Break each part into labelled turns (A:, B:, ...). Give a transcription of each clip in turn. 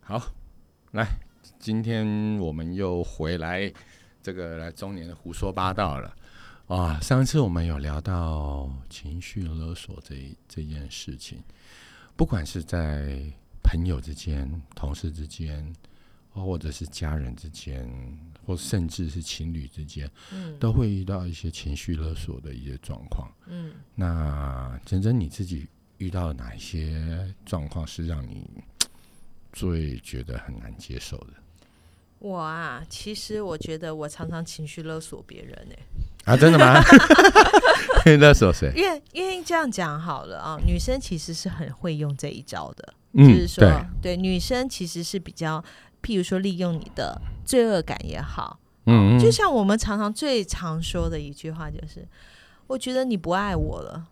A: 好，来，今天我们又回来这个来中年的胡说八道了啊！上次我们有聊到情绪勒索这一这件事情，不管是在朋友之间、同事之间，或者是家人之间，或甚至是情侣之间，
B: 嗯
A: 都会遇到一些情绪勒索的一些状况。
B: 嗯，
A: 那珍珍你自己遇到哪一些状况是让你最觉得很难接受的
B: 我啊，其实我觉得我常常情绪勒索别人欸呢、
A: 啊？真的 吗？勒索谁？
B: 因为因为这样讲好了啊，女生其实是很会用这一招的，就
A: 嗯
B: 是，说
A: 对，
B: 对女生其实是比较，譬如说利用你的罪恶感也好，
A: 嗯
B: 就
A: 嗯，
B: 像我们常常最常说的一句话就是，我觉得你不爱我了。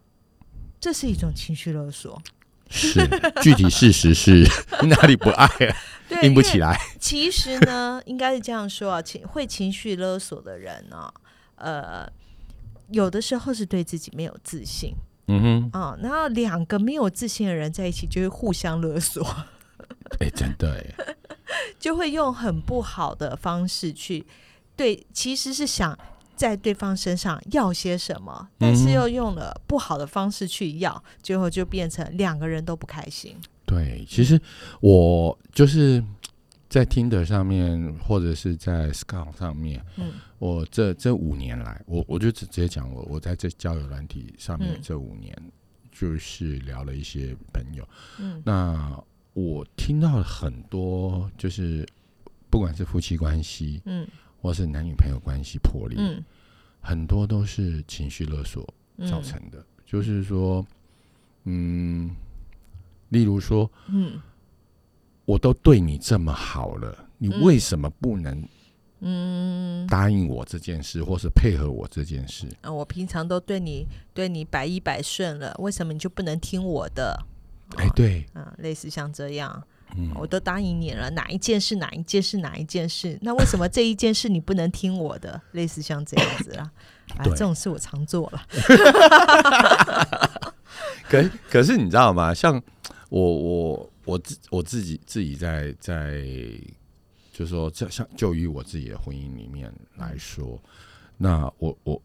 B: 这是一种情绪勒索，
A: 是具体事实是 哪里不爱了，
B: 对，
A: 硬
B: 因
A: 不
B: 为
A: 起来。
B: 其实呢，应该是这样说啊，情会情绪勒索的人呢、呃，有的时候是对自己没有自信
A: 嗯哼，
B: 啊。然后两个没有自信的人在一起，就会互相勒索，
A: 哎，真的哎，
B: 就会用很不好的方式去对，其实是想在对方身上要些什么，但
A: 嗯
B: 是
A: 哼
B: 又用了不好的方式去要，最后就变成两个人都不开心。
A: 对，
B: 嗯
A: 其实我就是在听的上面，或者是在 Scout 上面，
B: 嗯
A: 我这这五年来，我我就直直接讲我我在这交友软体上面
B: 嗯
A: 这五年，就是聊了一些朋友。
B: 嗯
A: 那我听到了很多，就是不管是夫妻关系，
B: 嗯
A: 或是男女朋友关系破裂，
B: 嗯
A: 很多都是情绪勒索
B: 嗯，
A: 造成的。就是说，嗯，例如说，
B: 嗯
A: 我都对你这么好了，你
B: 嗯
A: 为什么不能
B: 嗯。
A: 答应我这件事，或是配合我这件事？
B: 啊，我平常都对你对你百依百顺了，为什么你就不能听我的？
A: 哎、
B: 啊，
A: 对，
B: 嗯，类似像这样，哦
A: 嗯，
B: 我都答应你了，哪一件事哪一件事哪一件事，那为什么这一件事你不能听我的？类似像这样子啊，啊，
A: 对
B: 这种事我常做了，
A: 可可是你知道吗？像我我我自我自己自己在在，就是说，这像就于我自己的婚姻里面来
B: 嗯
A: 说，那我我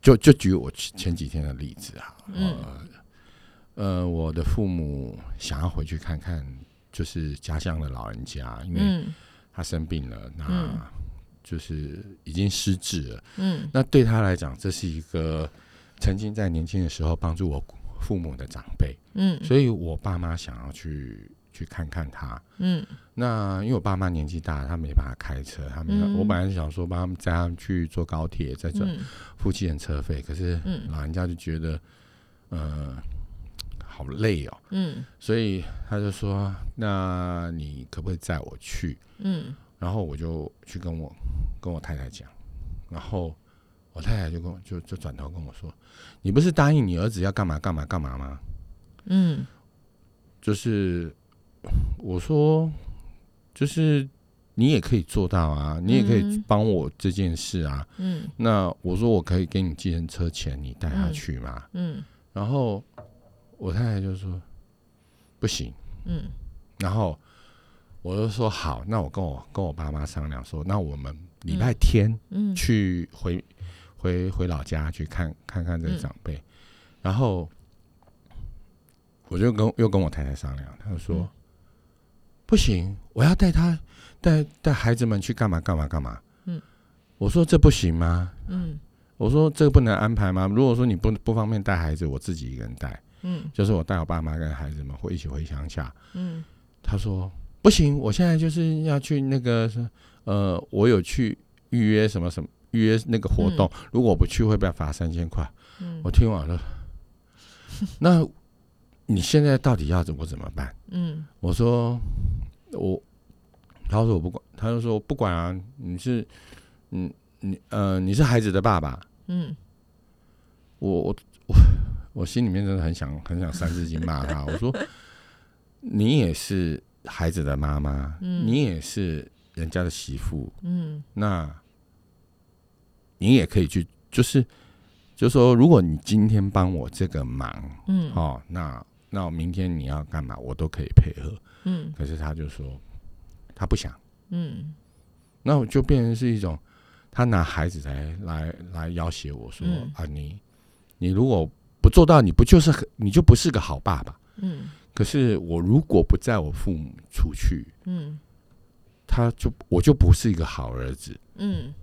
A: 就就举我前前几天的例子啊，
B: 嗯
A: 呃呃，我的父母想要回去看看，就是家乡的老人家，因为
B: 嗯
A: 他生病了，
B: 嗯
A: 那就是已经失智了。
B: 嗯
A: 那对他来讲，这是一个曾经在年轻的时候帮助我父母的长辈。
B: 嗯
A: 所以我爸妈想要去去看看他。
B: 嗯
A: 那因为我爸妈年纪大，他没办法开车，他们、
B: 嗯
A: 我本来是想说帮他们载他们去坐高铁，再这
B: 嗯
A: 付七人车费，可是
B: 嗯
A: 老人家就觉得，呃，好累哦，
B: 嗯
A: 所以他就说：“那你可不可以载我去
B: 嗯？”
A: 然后我就去跟我跟我太太讲，然后我太太就跟我就就转头跟我说：“你不是答应你儿子要干嘛干嘛干嘛吗？”
B: 嗯
A: 就是我说，就是你也可以做到啊，你也可以
B: 嗯
A: 帮我这件事啊。
B: 嗯
A: 那我说我可以给你计程车钱，你带他去嘛。
B: 嗯
A: 然后我太太就说不行，
B: 嗯
A: 然后我就说好，那我跟我跟我爸妈商量说，那我们礼拜天
B: 嗯
A: 去回、回回老家去看看看这个
B: 嗯
A: 长辈，然后我就跟又跟我太太商量，她就说、
B: 嗯
A: 不行，我要带他带带孩子们去干嘛干嘛干嘛。
B: 嗯，
A: 我说这不行吗？
B: 嗯
A: 我说这个不能安排吗？如果说你不不方便带孩子，我自己一个人带，
B: 嗯
A: 就是我带我爸妈跟孩子们会一起回乡下。
B: 嗯
A: 他说不行，我现在就是要去那个呃，我有去预约什么什么预约那个活动，如果我不去会被罚三千块。
B: 嗯
A: 我听完 了，那你现在到底要怎我怎么办？
B: 嗯
A: 我说我，他说我不管，他就说我不管啊，你是嗯你呃你是孩子的爸爸，
B: 嗯
A: 我我我我心里面真的很想很想三字经骂他，我说你也是孩子的妈妈，
B: 嗯
A: 你也是人家的媳妇，
B: 嗯
A: 那你也可以去，就是就说如果你今天帮我这个忙，
B: 嗯
A: 哦，那那我明天你要干嘛，我都可以配合。
B: 嗯
A: 可是他就说他不想，
B: 嗯
A: 那我就变成是一种，他拿孩子来来来要挟我说、
B: 嗯
A: 啊，你你如果不做到，你不就是很你就不是个好爸爸。
B: 嗯
A: 可是我如果不载我父母出去，
B: 嗯
A: 他就我就不是一个好儿子。
B: 嗯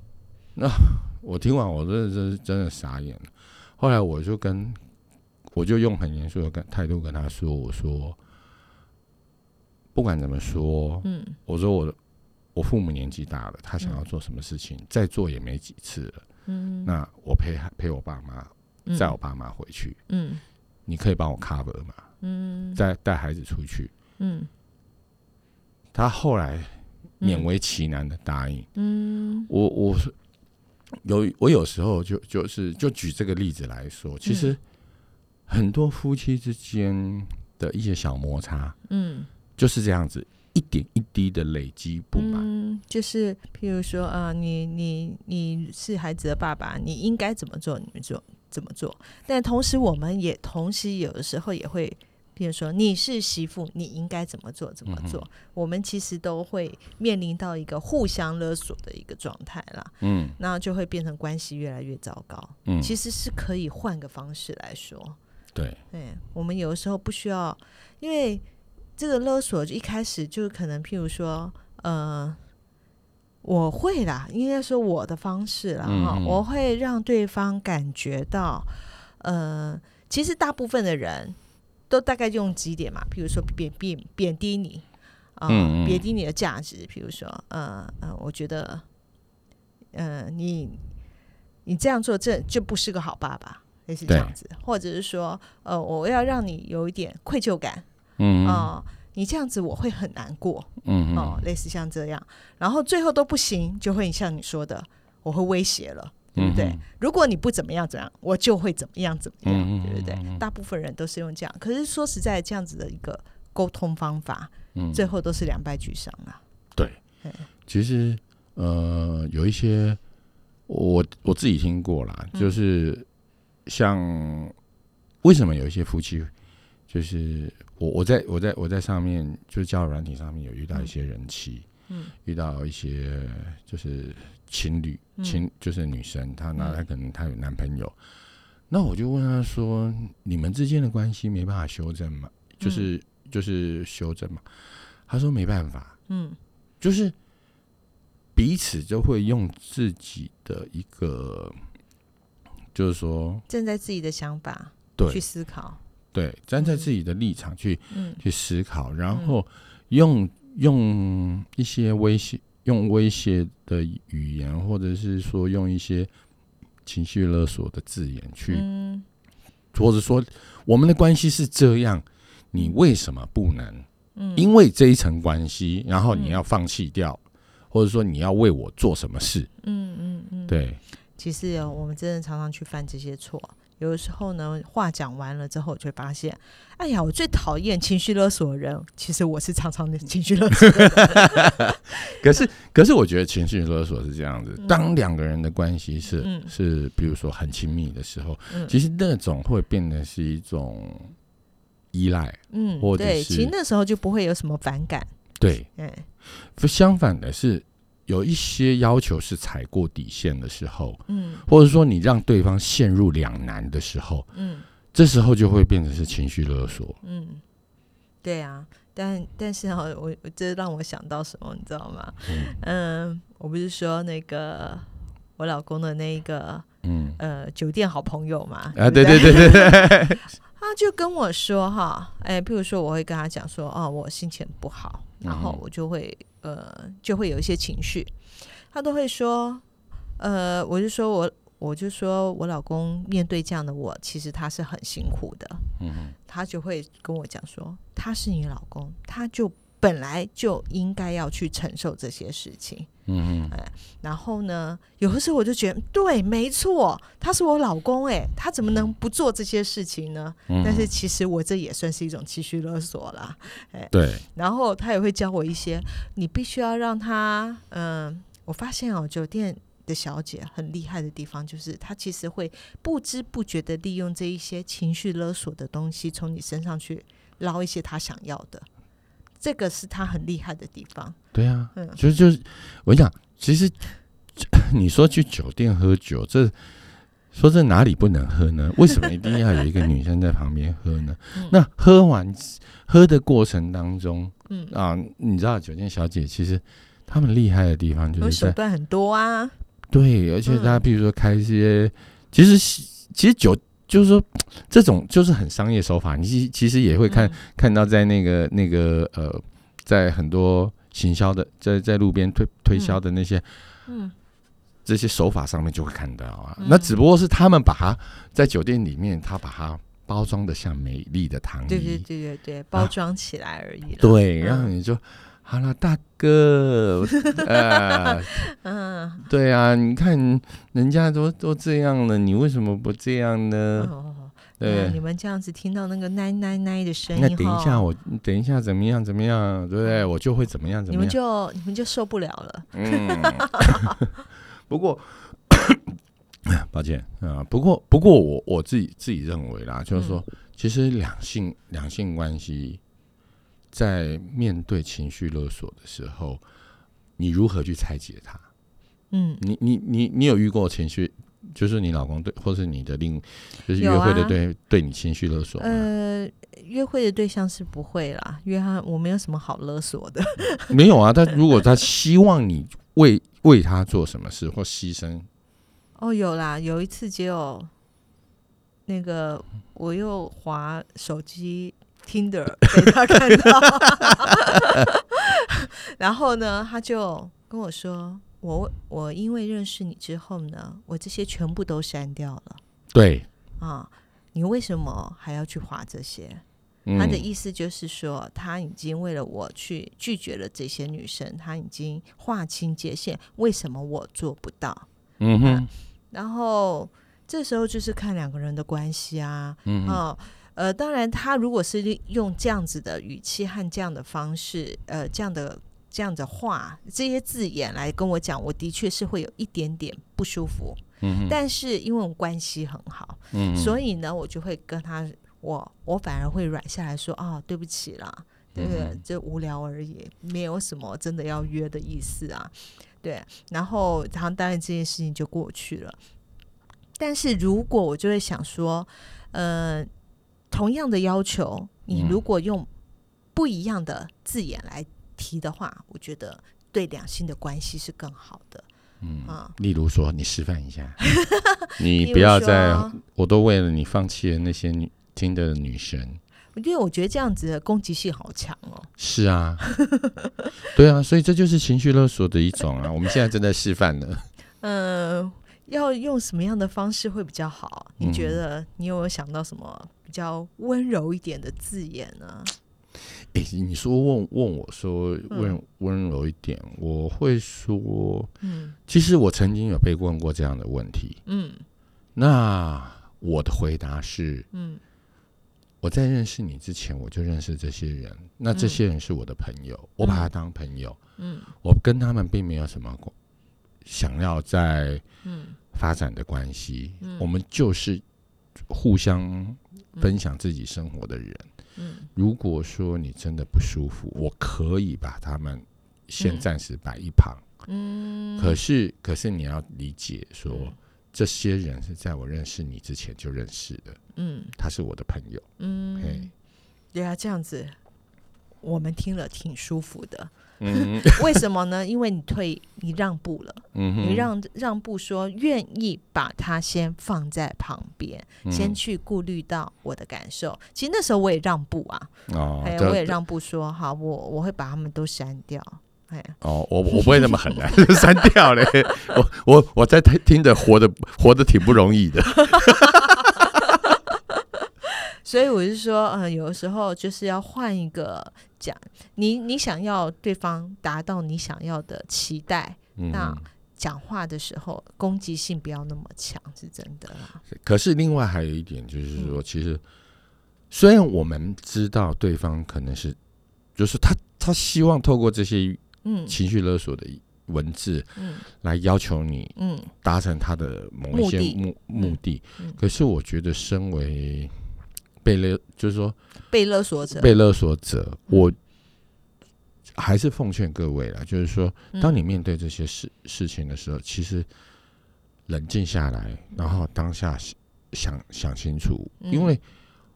A: 我听完我真的真真的傻眼了。后来我就跟我就用很严肃的跟态度跟他说，我说不管怎么说，
B: 嗯
A: 我说我的我父母年纪大了，他想要做什么事情，再做也没几次了。
B: 嗯，
A: 那我陪他陪我爸妈，
B: 嗯
A: 载我爸妈回去，
B: 嗯
A: 你可以帮我 cover 吗？
B: 嗯
A: 带带孩子出去。
B: 嗯
A: 他后来勉
B: 嗯
A: 为其难的答应。
B: 嗯
A: 我我是有我有时候就就是就举这个例子来
B: 嗯
A: 说，其实很多夫妻之间的一些小摩擦
B: 嗯
A: 就是这样子，一点一滴的累积不满。
B: 嗯，就是譬如说啊、你你你是孩子的爸爸，你应该怎么做，你们做怎么做。但同时，我们也同时有的时候也会，譬如说你是媳妇，你应该怎么做怎么做。
A: 嗯
B: 我们其实都会面临到一个互相勒索的一个状态啦，
A: 嗯
B: 那就会变成关系越来越糟糕。
A: 嗯，
B: 其实是可以换个方式来说，
A: 对，
B: 对，我们有的时候不需要，因为这个勒索就一开始就可能，譬如说，呃，我会啦，应该说我的方式啦，哈、
A: 嗯嗯
B: 我会让对方感觉到，呃，其实大部分的人都大概用几点嘛，譬如说贬贬贬低你，啊、
A: 嗯嗯
B: 贬低你的价值，譬如说，呃呃，我觉得，呃，你你这样做这就不是个好爸爸，类似这
A: 对
B: 样子，或者是说，呃，我要让你有一点愧疚感
A: 嗯
B: 啊、你这样子我会很难过
A: 嗯
B: 哦、类似像这样，然后最后都不行，就会像你说的，我会威胁了。对不对？如果你不怎么样怎么样，我就会怎么样怎么样，
A: 嗯嗯嗯嗯
B: 对不
A: 嗯
B: 对？大部分人都是用这样，可是说实在，这样子的一个沟通方法，
A: 嗯
B: 最后都是两败俱伤啊。
A: 其实呃，有一些我我自己听过啦，
B: 嗯
A: 就是像为什么有一些夫妻，就是我我在我在我在上面就是交友软体上面有遇到一些人妻，
B: 嗯，
A: 遇到一些就是情侣
B: 嗯
A: 情就是女生，她那
B: 嗯
A: 她可能她有男朋友，那我就问她说，你们之间的关系没办法修正吗？就是就是修正嘛，她说没办法，
B: 嗯
A: 就是彼此就会用自己的一个，就是说，
B: 站在自己的想法去
A: 对
B: 思考，
A: 对，站在
B: 嗯
A: 自己的立场去、
B: 嗯
A: 去思考，然后用、用一些威胁，用威胁的语言，或者是说用一些情绪勒索的字眼去，
B: 嗯
A: 或者说我们的关系是这样，你为什么不能？
B: 嗯，
A: 因为这一层关系，然后你
B: 嗯
A: 要放弃掉，或者说你要为我做什么事？
B: 嗯嗯嗯，
A: 对，
B: 其实哦我们真的常常去犯这些错。有的时候呢，话讲完了之后，就会发现，哎呀，我最讨厌情绪勒索的人。其实我是常常的情绪勒索。
A: 可是，可是我觉得情绪勒索是这样子：当两个人的关系是、
B: 嗯
A: 是，比如说很亲密的时候，
B: 嗯
A: 其实那种会变得是一种依赖。
B: 嗯
A: 或，者
B: 对，
A: 是
B: 其实那时候就不会有什么反感。
A: 对，
B: 嗯
A: 不相反的是，有一些要求是踩过底线的时候，
B: 嗯
A: 或者说你让对方陷入两难的时候，
B: 嗯。
A: 这时候就会变成是情绪勒索。
B: 嗯，对啊，但但是哈、我我这让我想到什么，你知道吗？嗯，我不是说那个我老公的那一个
A: 嗯，
B: 呃酒店好朋友嘛？
A: 啊，
B: 对
A: 对
B: 不
A: 对对 对对，
B: 他就跟我说哈，哎，譬如说我会跟他讲说，哦，我心情不好，然后
A: 嗯
B: 我就会呃就会有一些情绪，他都会说，呃，我就说我我就说我老公面对这样的我，其实他是很辛苦的，
A: 嗯
B: 他就会跟我讲说，他是你老公，他就本来就应该要去承受这些事情。哎
A: 嗯
B: 然后呢，有的时候我就觉得，对，没错，他是我老公、诶，他怎么能不做这些事情呢？
A: 嗯，
B: 但是其实我这也算是一种情绪勒索啦。
A: 对，
B: 然后他也会教我一些，你必须要让他，嗯、我发现哦，酒店的小姐很厉害的地方，就是她其实会不知不觉的利用这一些情绪勒索的东西，从你身上去捞一些她想要的。这个是他很厉害的地方。
A: 对啊，
B: 嗯
A: 就就是我讲，其实 你说去酒店喝酒，这说这哪里不能喝呢？为什么一定要有一个女生在旁边喝呢？
B: 嗯
A: 那喝完喝的过程当中
B: 嗯，
A: 啊，你知道酒店小姐其实她们厉害的地方就
B: 我
A: 是
B: 手
A: 在
B: 段很多啊，
A: 对，而且她
B: 嗯
A: 譬如说开一些，其实其实酒就是说这种就是很商业手法，你其其实也会看、
B: 嗯
A: 看到在那个那个呃，在很多行销的在在路边推推销的那些、
B: 嗯
A: 这些手法上面就会看到啊。
B: 嗯
A: 那只不过是他们把它在酒店里面，他把它包装的像美丽的糖衣，
B: 对对对对对，包装起来而已。，
A: 嗯啊对，
B: 嗯
A: 然后你就好了，大哥，呃，
B: 嗯，
A: 对啊，你看人家都都这样了，你为什么不这样呢？
B: 哦，那你
A: 对。
B: 们这样子听到那个奶奶奶的声音，
A: 那等一下
B: 吼
A: 我，等一下怎么样怎么样，对不对？我就会怎么样怎
B: 哦你
A: 么样。
B: 们就你们就受不了了。
A: 嗯，不过， 抱歉啊、不过不过我我自己自己认为啦，就是说，
B: 嗯
A: 其实两性两性关系在面对情绪勒索的时候，你如何去拆解它？
B: 嗯，
A: 你你你你有遇过情绪，就是你老公对，或是你的另就是
B: 有
A: 约会的
B: 啊
A: 对、对你情绪勒索吗？
B: 呃，约会的对象是不会啦，约他我没有什么好勒索的。
A: 没有啊，他如果他希望你为为他做什么事或牺牲，
B: 哦，有啦，有一次只有那个我又滑手机 Tinder 被他看到， 然后呢，他就跟我说：“我我因为认识你之后呢，我这些全部都删掉了
A: 对，
B: 啊。”你为什么还要去划这些？
A: 嗯、
B: 他的意思就是说，他已经为了我去拒绝了这些女生，他已经划清界限。为什么我做不到？
A: 嗯哼，
B: 然后这时候就是看两个人的关系啊，
A: 嗯哼。
B: 哦，呃，当然，他如果是利用这样子的语气和这样的方式，呃，这样的这样的话，这些字眼来跟我讲，我的确是会有一点点不舒服。
A: 嗯
B: 但是因为我们关系很好，
A: 嗯
B: 所
A: 以
B: 以呢，我就会跟他，我我反而会软下来说，哦，对不起啦，对
A: 嗯
B: 不对
A: 哼？
B: 就无聊而已，没有什么真的要约的意思啊。对，然后然后当然这件事情就过去了。但是如果我就会想说，呃，同样的要求，你
A: 嗯
B: 如果用不一样的字眼来提的话，我觉得对两性的关系是更好的。
A: 嗯
B: 啊，
A: 例如说，你示范一 下，你不
B: 比如
A: 要再，
B: 说
A: 我都为了你放弃了那些女听的女神。
B: 因为我觉得这样子的攻击性好强哦。
A: 是啊，对啊，所以这就是情绪勒索的一种啊。我们现在正在示范呢。
B: 嗯，要用什么样的方式会比较好？你觉
A: 嗯
B: 得你有没有想到什么比较温柔一点的字眼呢？
A: 诶，你说问问我说
B: 嗯
A: 温温柔一点，我会说，
B: 嗯
A: 其实我曾经有被问过这样的问题。
B: 嗯
A: 那我的回答是，
B: 嗯
A: 我在认识你之前，我就认识这些人，那这
B: 嗯
A: 些人是我的朋友，我把他当朋友。
B: 嗯
A: 我跟他们并没有什么过想要在
B: 嗯
A: 发展的关系，
B: 嗯
A: 我们就是互相分享自己生活的人。
B: 嗯
A: 如果说你真的不舒服，我可以把他们先暂时摆一旁。
B: 嗯，
A: 可是，可是你要理解说，
B: 嗯
A: 这些人是在我认识你之前就认识的，
B: 嗯
A: 他是我的朋友。嘿
B: 嗯，对啊，这样子我们听了挺舒 服的。
A: 嗯
B: 为什么呢？因为你退，你让步了，
A: 嗯
B: 你让让步说愿意把它先放在旁边，
A: 嗯
B: 先去顾虑到我的感受。其实那时候我也让步啊，
A: 哦
B: 哎，，
A: 这
B: 我也让步说好，我我会把他们都删掉。哎，
A: 哦，我我不会那么狠啊， 删掉嘞。我我我在听听着活的活的挺不容易的。
B: 所以我是说，呃，有的时候就是要换一个讲，你你想要对方达到你想要的期待，
A: 嗯
B: 那讲话的时候攻击性不要那么强，是真的啦。
A: 可是另外还有一点就是
B: 嗯
A: 说，其实虽然我们知道对方可能是，就是他他希望透过这些
B: 嗯
A: 情绪勒索的文字
B: 嗯
A: 来要求你
B: 嗯
A: 达成他的某一些
B: 目的
A: 目目的
B: 嗯嗯，
A: 可是我觉得身为被勒，就是说
B: 嗯被勒索者，嗯
A: 被勒索者，我还是奉劝各位了，就是说，
B: 嗯
A: 当你面对这些事事情的时候，其实冷静下来，然后当下想想想清楚，因为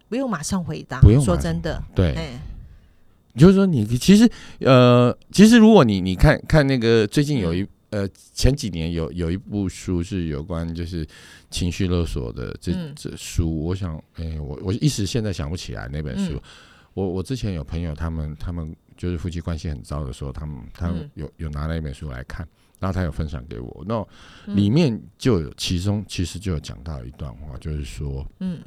B: 不用马上回答，
A: 不用
B: 说
A: 马上
B: 真的，
A: 对，
B: 哎，
A: 就是说你其实呃，其实如果你你看看那个最近
B: 嗯
A: 有一呃前几年有有一部书是有关就是情绪勒索的这、
B: 嗯
A: 这书，我想哎、我我一时现在想不起来那本书。
B: 嗯
A: 我我之前有朋友他们他们就是夫妻关系很糟的时候，他们他们
B: 嗯
A: 有、有拿那本书来看，然后他有分享给我，那
B: 嗯
A: 里面就有其中其实就有讲到一段话，就是说
B: 嗯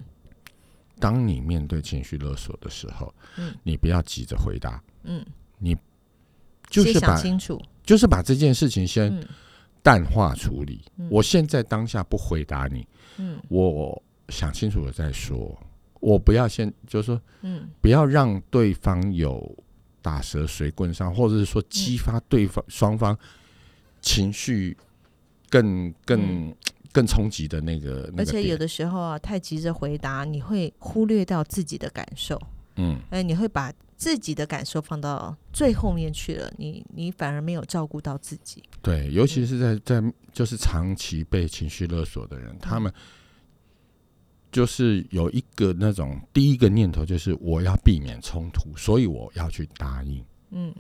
A: 当你面对情绪勒索的时候，
B: 嗯
A: 你不要急着回答，
B: 嗯，
A: 就
B: 先
A: 是
B: 想
A: 把
B: 清楚，
A: 就是把这件事情先
B: 嗯
A: 淡化处理。
B: 嗯
A: 我现在当下不回答你，
B: 嗯
A: 我想清楚了再说。我不要先，就是说
B: 嗯
A: 不要让对方有打蛇随棍上，或者是说激发对方双方情绪更更、更冲击的那个那
B: 嗯而
A: 个
B: 且
A: 点。
B: 有的时候啊，太急着回答，你会忽略到自己的感受，
A: 嗯，
B: 哎，你会把自己的感受放到最后面去了，你你反而没有照顾到自己。
A: 对，尤
B: 嗯
A: 其是在在就是长期被情绪勒索的人，
B: 嗯
A: 他们就是有一个那种第一个念头就是我要避免冲突，所以我要去答应。
B: 嗯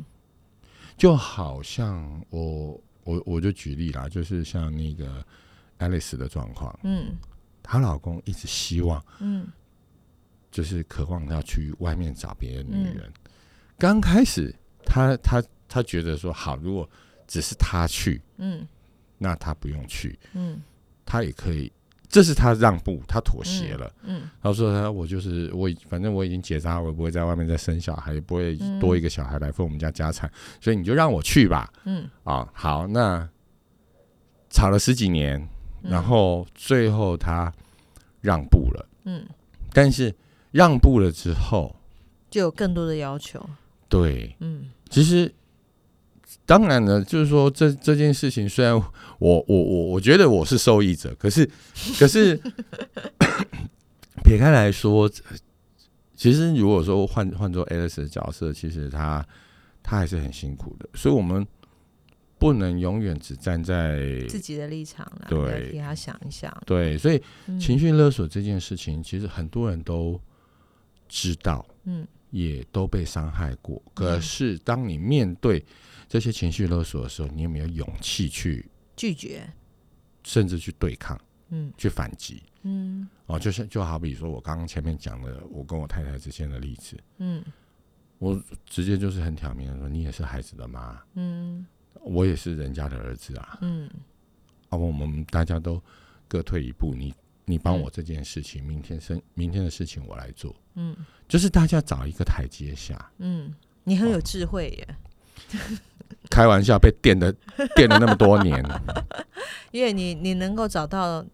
A: 就好像我我我就举例啦，就是像那个 Alice 的状况，
B: 嗯
A: 她老公一直希望
B: 嗯
A: 就是渴望她去外面找别的女
B: 嗯
A: 人。刚开始她她她觉得说好，如果只是她去，
B: 嗯
A: 那她不用去。
B: 嗯
A: 他也可以，这是他让步，他妥协了。
B: 嗯
A: 他说他我就是我已，反正我已经结扎，我也不会在外面再生小孩，也不会
B: 嗯
A: 多一个小孩来分我们家家产，所以你就让我去吧。
B: 嗯，
A: 啊，好，那吵了十几年，然后最后他让步了，
B: 嗯
A: 但是让步了之后，
B: 就有更多的要求。
A: 对，
B: 嗯
A: 其实，当然了，就是说这这件事情，虽然我我我我觉得我是受益者，可是 可是 撇开来说，其实如果说换换做 Alice 的角色，其实她她还是很辛苦的，所以我们不能永远只站在
B: 自己的立场啦，
A: 对
B: 要替他想一想。
A: 对，所以
B: 嗯
A: 情绪勒索这件事情，其实很多人都知道，
B: 嗯，
A: 也都被伤害过。可
B: 嗯
A: 是，当你面对这些情绪勒索的时候，你有没有勇气去，
B: 拒绝。
A: 甚至去对抗、
B: 嗯
A: 去反击？
B: 嗯
A: 哦，就是就好比说我刚刚前面讲的，我跟我太太之间的例子，
B: 嗯
A: 我直接就是很挑明的说，你也是孩子的妈，
B: 嗯
A: 我也是人家的儿子啊，
B: 嗯
A: 啊，我们大家都各退一步，你你帮
B: 嗯
A: 我这件事情，明天生明天的事情我来做。
B: 嗯
A: 就是大家找一个台阶下，
B: 嗯，你很有智慧耶，
A: 开玩笑被电的 电了那么多年，
B: 因为你你能够找到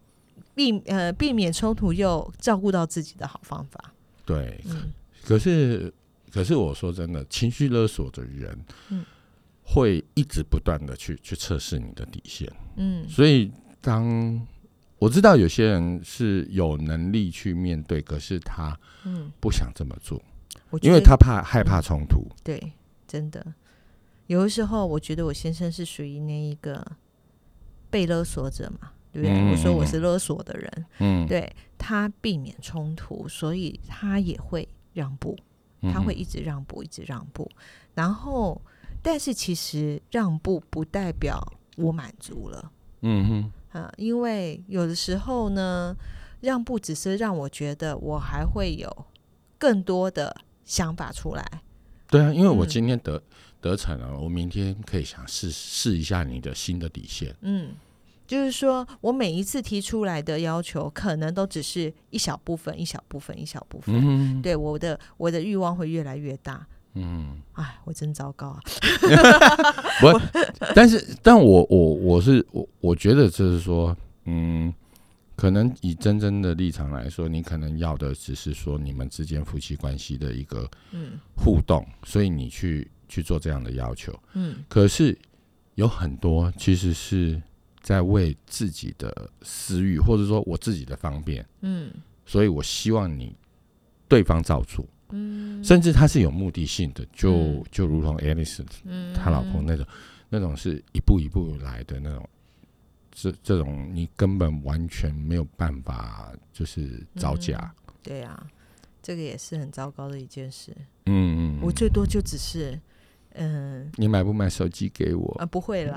B: 避呃避免冲突又照顾到自己的好方法。
A: 对。
B: 嗯
A: 可是，可是我说真的，情绪勒索的人，
B: 嗯
A: 会一直不断的去去测试你的底线。
B: 嗯
A: 所以，当我知道有些人是有能力去面对，可是他
B: 嗯，
A: 不想这么做，
B: 我觉
A: 因为
B: 得
A: 他怕害怕冲突。
B: 对，真的，有的时候我觉得我先生是属于那一个被勒索者嘛，对不对？
A: 嗯
B: 我说我
A: 嗯
B: 是勒索的人，
A: 嗯，
B: 对他避免冲突，所以他也会让步，
A: 嗯，
B: 他会一直让步，一直让步。然后，但是其实让步不代表我满足了。
A: 嗯哼，
B: 啊，因为有的时候呢，让步只是让我觉得我还会有更多的想法出来。
A: 对啊，因为我
B: 嗯
A: 今天得、得逞了，我明天可以想试试一下你的新的底线。
B: 嗯，就是说我每一次提出来的要求，可能都只是一小部分、一小部分、一小部分。
A: 嗯哼，
B: 对我的我的欲望会越来越大。
A: 嗯。
B: 哎，我真糟糕啊！
A: 不， 但是，但我我我是我，我觉得就是说，嗯，可能以真真的立场来说，你可能要的只是说你们之间夫妻关系的一个
B: 嗯
A: 互动，所以你去去做这样的要求。
B: 嗯
A: 可是有很多其实是在为自己的私欲，或者说我自己的方便，
B: 嗯
A: 所以我希望你对方照做。嗯，甚至他是有目的性的，就、
B: 嗯
A: 就如同 Alice
B: 嗯，
A: 她老婆那种，那种是一步一步来的那种，这这种你根本完全没有办法就是招架，
B: 对啊，这个也是很糟糕的一件事。
A: 嗯嗯，
B: 我
A: 嗯
B: 最多就只是，嗯、
A: 你买不买手机给我？
B: 啊，不 会啦。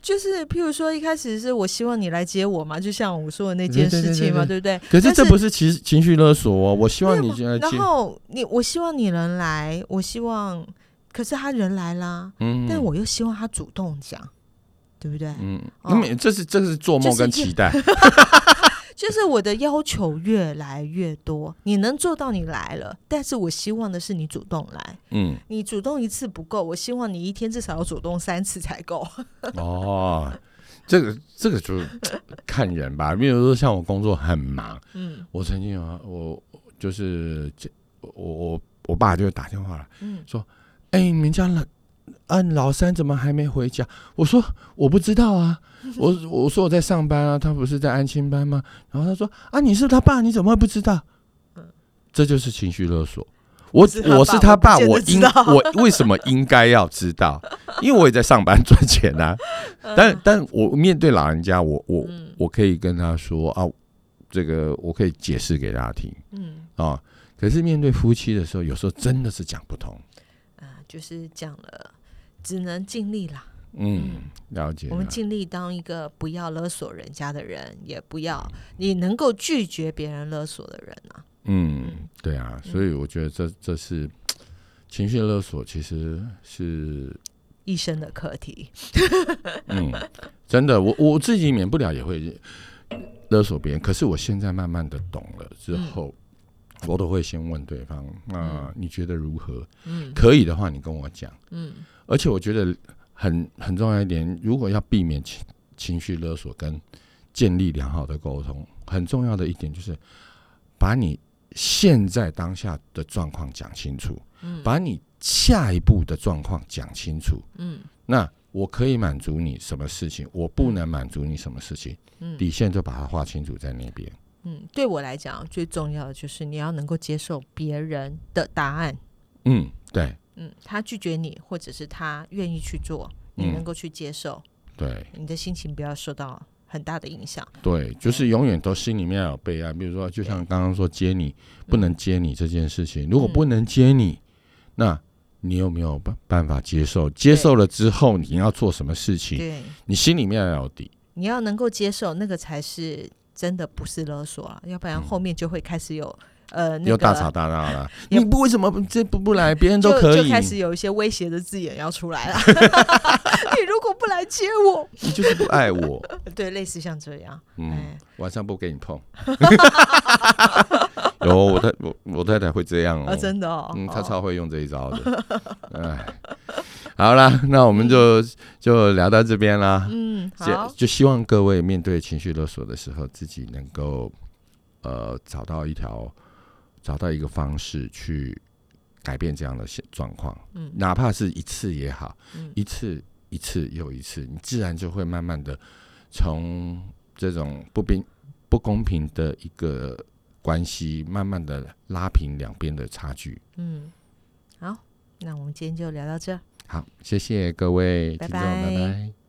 B: 就是，譬如说，一开始是我希望你来接我嘛，就像我说的那件
A: 对对
B: 事情嘛，
A: 对
B: 对不对？
A: 可是
B: 但
A: 这不是情情绪勒索哦，我希望你现在
B: 然
A: 去，
B: 后你，我希望你能来，我希望，可是他人来啦，
A: 嗯，
B: 但我又希望他主动讲，对不对？
A: 嗯，
B: 哦
A: 那么这是这是做梦跟期待，
B: 就是我的要求越来越多，你能做到你来了，但是我希望的是你主动来，
A: 嗯，
B: 你主动一次不够，我希望你一天至少要主动三次才够。
A: 哦，这个这个就看人吧，比如说像我工作很忙，
B: 嗯
A: 我曾经有啊我就是我我我爸就打电话来，
B: 嗯
A: 哎、你们家老按老三怎么还没回家？我说我不知道 啊，我我说我在上班啊，他不是在安亲班吗？然后他说啊，你是他爸，你怎么会不知道？这就是情绪勒索。我
B: 是他爸
A: 我是他爸，
B: 嗯我不
A: 我
B: 见
A: 应
B: 得知道
A: 我为什么应该要知 道？因为我也在上班赚钱啊。但但我面对老人家，我我
B: 嗯
A: 我可以跟他说啊，这个我可以解释给大家听
B: 嗯
A: 啊。可是面对夫妻的时候，有时候真的是讲不通。
B: 啊，就是讲了，只能尽力啦。
A: 嗯，了解。
B: 我们
A: 了解
B: 尽力当一个不要勒索人家的人，也不要你能够拒绝别人勒索的人啊。
A: 嗯，对啊，所以我觉得这这是情绪勒索，其实是
B: 一生的课题，
A: 嗯， 真的，我我自己免不了也会勒索别人，可是我现在慢慢的懂了
B: 嗯
A: 之后。我都会先问对方，那你觉得如何？
B: 嗯
A: 可以的话，你跟我讲。
B: 嗯
A: 而且我觉得很很重要一点，如果要避免情情绪勒索跟建立良好的沟通，很重要的一点就是把你现在当下的状况讲清楚，
B: 嗯
A: 把你下一步的状况讲清楚。
B: 嗯
A: 那我可以满足你什么事情，我不能满足你什么事情，
B: 嗯
A: 底线就把它画清楚在那边。
B: 嗯，对我来讲最重要的就是你要能够接受别人的答案。
A: 嗯，对
B: 嗯，他拒绝你，或者是他愿意去做，你
A: 嗯
B: 能够去接受，
A: 对
B: 你的心情不要受到很大的影响。
A: 对，就是永远都心里面要有备案。比如说，就像刚刚说接你，不能接你这件事
B: 嗯
A: 情。如果不能接你，那你有没有办办法接受？接受了之后，你要做什么事情？
B: 对，
A: 你心里面要有底。
B: 你要能够接受，那个才是真的不是勒索啊，要不然后面就会开始有、呃那
A: 又嗯
B: 个
A: 大吵大闹了，
B: 也
A: 你不为什么不这不不来？别人都
B: 就
A: 可
B: 就
A: 以，
B: 开始有一些威胁的字眼要 出来了。你如果不来接我，
A: 你就是不爱我。
B: 对，类似像这样，
A: 嗯
B: 哎，
A: 晚上不给你碰。 有我太我我太太会这样
B: 啊，
A: 哦，
B: 真的哦，
A: 嗯，她
B: 哦
A: 超会用这一招的。哎，好啦，那我们就就聊到这边啦。
B: 嗯
A: 就
B: 好，
A: 就希望各位面对情绪勒索的时候，自己能够呃找到一条找到一个方式去改变这样的现状况，
B: 嗯
A: 哪怕是一次也好，
B: 嗯
A: 一次一次又一次，你自然就会慢慢的从这种不平不公平的一个关系，慢慢的拉平两边的差距。
B: 嗯好，那我们今天就聊到这儿。
A: 好，谢谢各位
B: 拜
A: 听众，
B: 拜
A: 拜拜